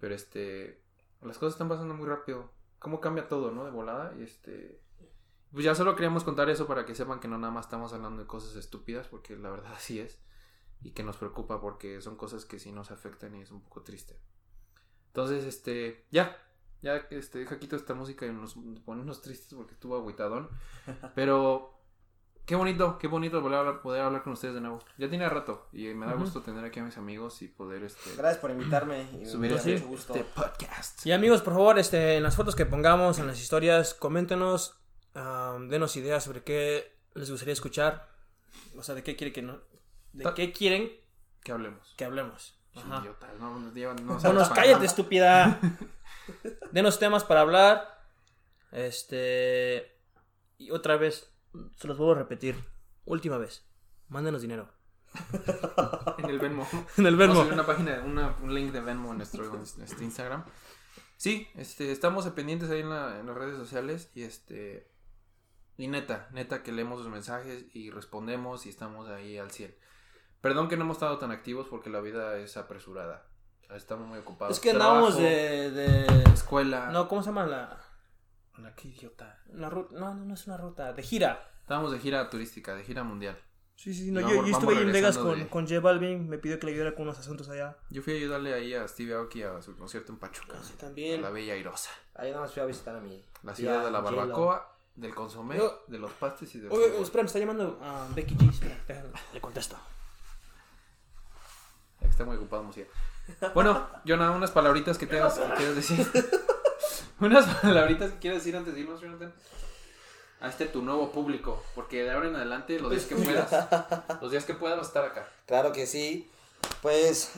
B: Pero este las cosas están pasando muy rápido. Cómo cambia todo, ¿no? De volada y este pues ya solo queríamos contar eso para que sepan que no nada más estamos hablando de cosas estúpidas, porque la verdad así es. Y que nos preocupa porque son cosas que sí nos afectan y es un poco triste. Entonces, este, ya. Ya, este, deja quito esta música y nos ponemos tristes porque estuvo agüitadón. Pero qué bonito, qué bonito poder hablar, poder hablar con ustedes de nuevo. Ya tiene rato y me da
C: Ujú.
B: gusto tener aquí a mis amigos y poder este,
D: Gracias por invitarme. Y
B: subir
D: me
B: este,
D: dio mucho gusto.
B: este podcast.
C: Y amigos, por favor, este, en las fotos que pongamos, en las historias, coméntenos, am, denos ideas sobre qué les gustaría escuchar. O sea, de qué quiere que no. De
B: Ta-
C: qué quieren
B: Que hablemos.
C: que hablemos. Ajá.
B: Idiotas, no, nos llevan- no
C: Bueno,
B: sepan.
C: cállate, estúpida. Denos temas para hablar. Este. Y otra vez, se los vuelvo a repetir. Última vez. Mándenos dinero.
B: En el Venmo.
C: En el
B: Vamos a
C: verbo.
B: subir una página, una- un link de Venmo en nuestro, en nuestro Instagram. Sí, este, estamos pendientes ahí en, la- en las redes sociales y este y neta, neta que leemos sus mensajes y respondemos y estamos ahí al 100. Perdón que no hemos estado tan activos porque la vida es apresurada. Estamos muy ocupados.
C: Es que
B: Trabajo,
C: andamos de, de-
B: escuela.
C: No, ¿cómo se llama Ah. la,
B: Ana, qué idiota.
C: la ruta? No, no, no es una ruta. De gira.
B: Estábamos de gira turística, de gira mundial.
C: Sí, sí, no,
B: No,
C: yo, yo
B: vamos
C: estuve ahí en Vegas
B: regresando
C: con,
B: de-
C: con J Balvin, me pidió que le ayudara con unos asuntos allá.
B: Yo fui a ayudarle ahí a Steve Aoki a su concierto en Pachuca. A
C: Ah, también.
B: la bella Irosa.
D: Ahí nada más fui a visitar a mi.
B: La
D: tía
B: ciudad de la
D: J-Lo.
B: barbacoa, del consomé,
C: Yo-
B: de los pastes y del
C: Oye,
B: fútbol.
C: espera, me está llamando ah, Becky G. espera, déjame- le contesto.
B: Ya que Está muy ocupado, Musia. Bueno, Jonah, unas palabritas que tengas que quieras decir. unas palabritas que quieras decir antes de irnos, Jonathan. a este tu nuevo público, porque de ahora en adelante los días que
C: Pues,
B: puedas, los días que puedas vas a estar acá,
D: Claro que sí. Pues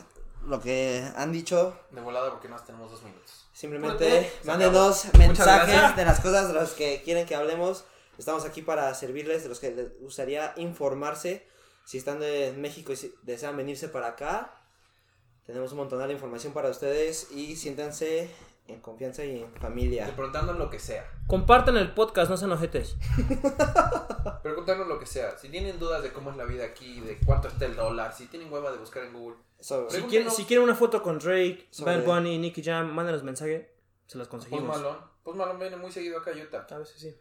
D: lo que han dicho,
B: de volada porque nos tenemos dos minutos.
D: simplemente
B: Cuídate, Pues se
D: mándenos
B: acabó. Muchas
D: mensajes
B: gracias.
D: de las cosas de las que quieren que hablemos. Estamos aquí para servirles, de los que les gustaría informarse. Si están de México y si desean venirse para acá, tenemos un montón de información para ustedes y siéntanse en confianza y en familia.
B: Preguntándonos lo que sea,
C: Compartan el podcast, no sean ojetes.
B: preguntándonos lo que sea. Si tienen dudas de cómo es la vida aquí, de cuánto está el dólar, si tienen hueva de buscar en Google,
D: Eso-
C: Si
B: Pregúntenos.
C: quieren, si quieren una foto con Drake,
D: Sobre-
C: Bad Bunny, Nicky Jam, mándenos mensaje. Se las
B: Post
C: conseguimos.
B: Malone, Post Malone viene muy seguido acá a Utah,
C: A veces sí.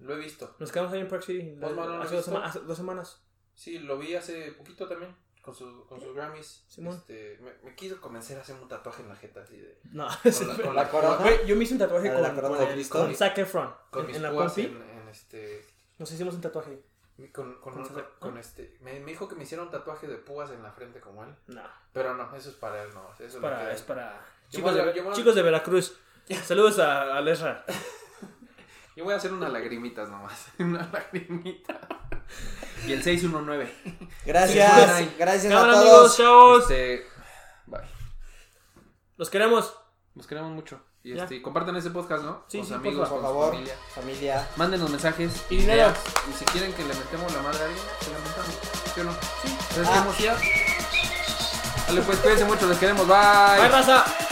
B: lo he visto.
C: Nos quedamos ahí en Park City
B: Post Malone,
C: hace
B: ¿lo has
C: dos,
B: visto?
C: sema- hace dos semanas.
B: Sí, lo vi hace poquito también. Con, su, con sus Grammys.
C: ¿Eh? Simón.
B: Este, me, me quiso convencer a hacerme un tatuaje en la jeta así de.
C: No,
B: Con la, con
D: ¿La
B: la
D: corona?
C: Güey, yo me hice un tatuaje
D: Ah,
C: con,
D: la corona
C: con
D: de
C: el-
D: Cristo.
C: con Zac Efron.
B: Con
C: en,
B: mis
C: en la
B: púas
C: compi,
B: en, en este.
C: nos hicimos un tatuaje.
B: Con, con,
C: ¿Con
B: un-
C: Zac-
B: con este. Me, me dijo que me hiciera un tatuaje de púas en la frente como él.
C: No,
B: Pero no, eso es para él, no. Eso es
C: es
B: lo
C: para,
B: que-
C: es para
B: Yo
C: chicos,
B: voy a-
C: de,
B: yo voy a-
C: chicos de Veracruz. Saludos a, a Lesra.
B: Yo voy a hacer unas lagrimitas nomás. una lagrimita. y el 619.
D: Gracias,
B: Sí,
D: gracias a
C: Cámara
D: todos.
C: amigos, chavos.
B: Este. Bye.
C: Los queremos.
B: Nos queremos mucho. Y
C: Ya.
B: este, compartan ese podcast, ¿no?
C: Sí,
B: con sus
C: sí,
B: amigos,
D: Por
B: con su
D: favor,
B: familia.
D: familia.
B: Mándenos mensajes
C: Y dinero.
B: ideas, Y si quieren que le metemos la madre a alguien, se la metamos. ¿Sí o no? Sí.
D: Ah.
B: Dale, pues cuídense mucho, les queremos. Bye.
C: Bye, raza.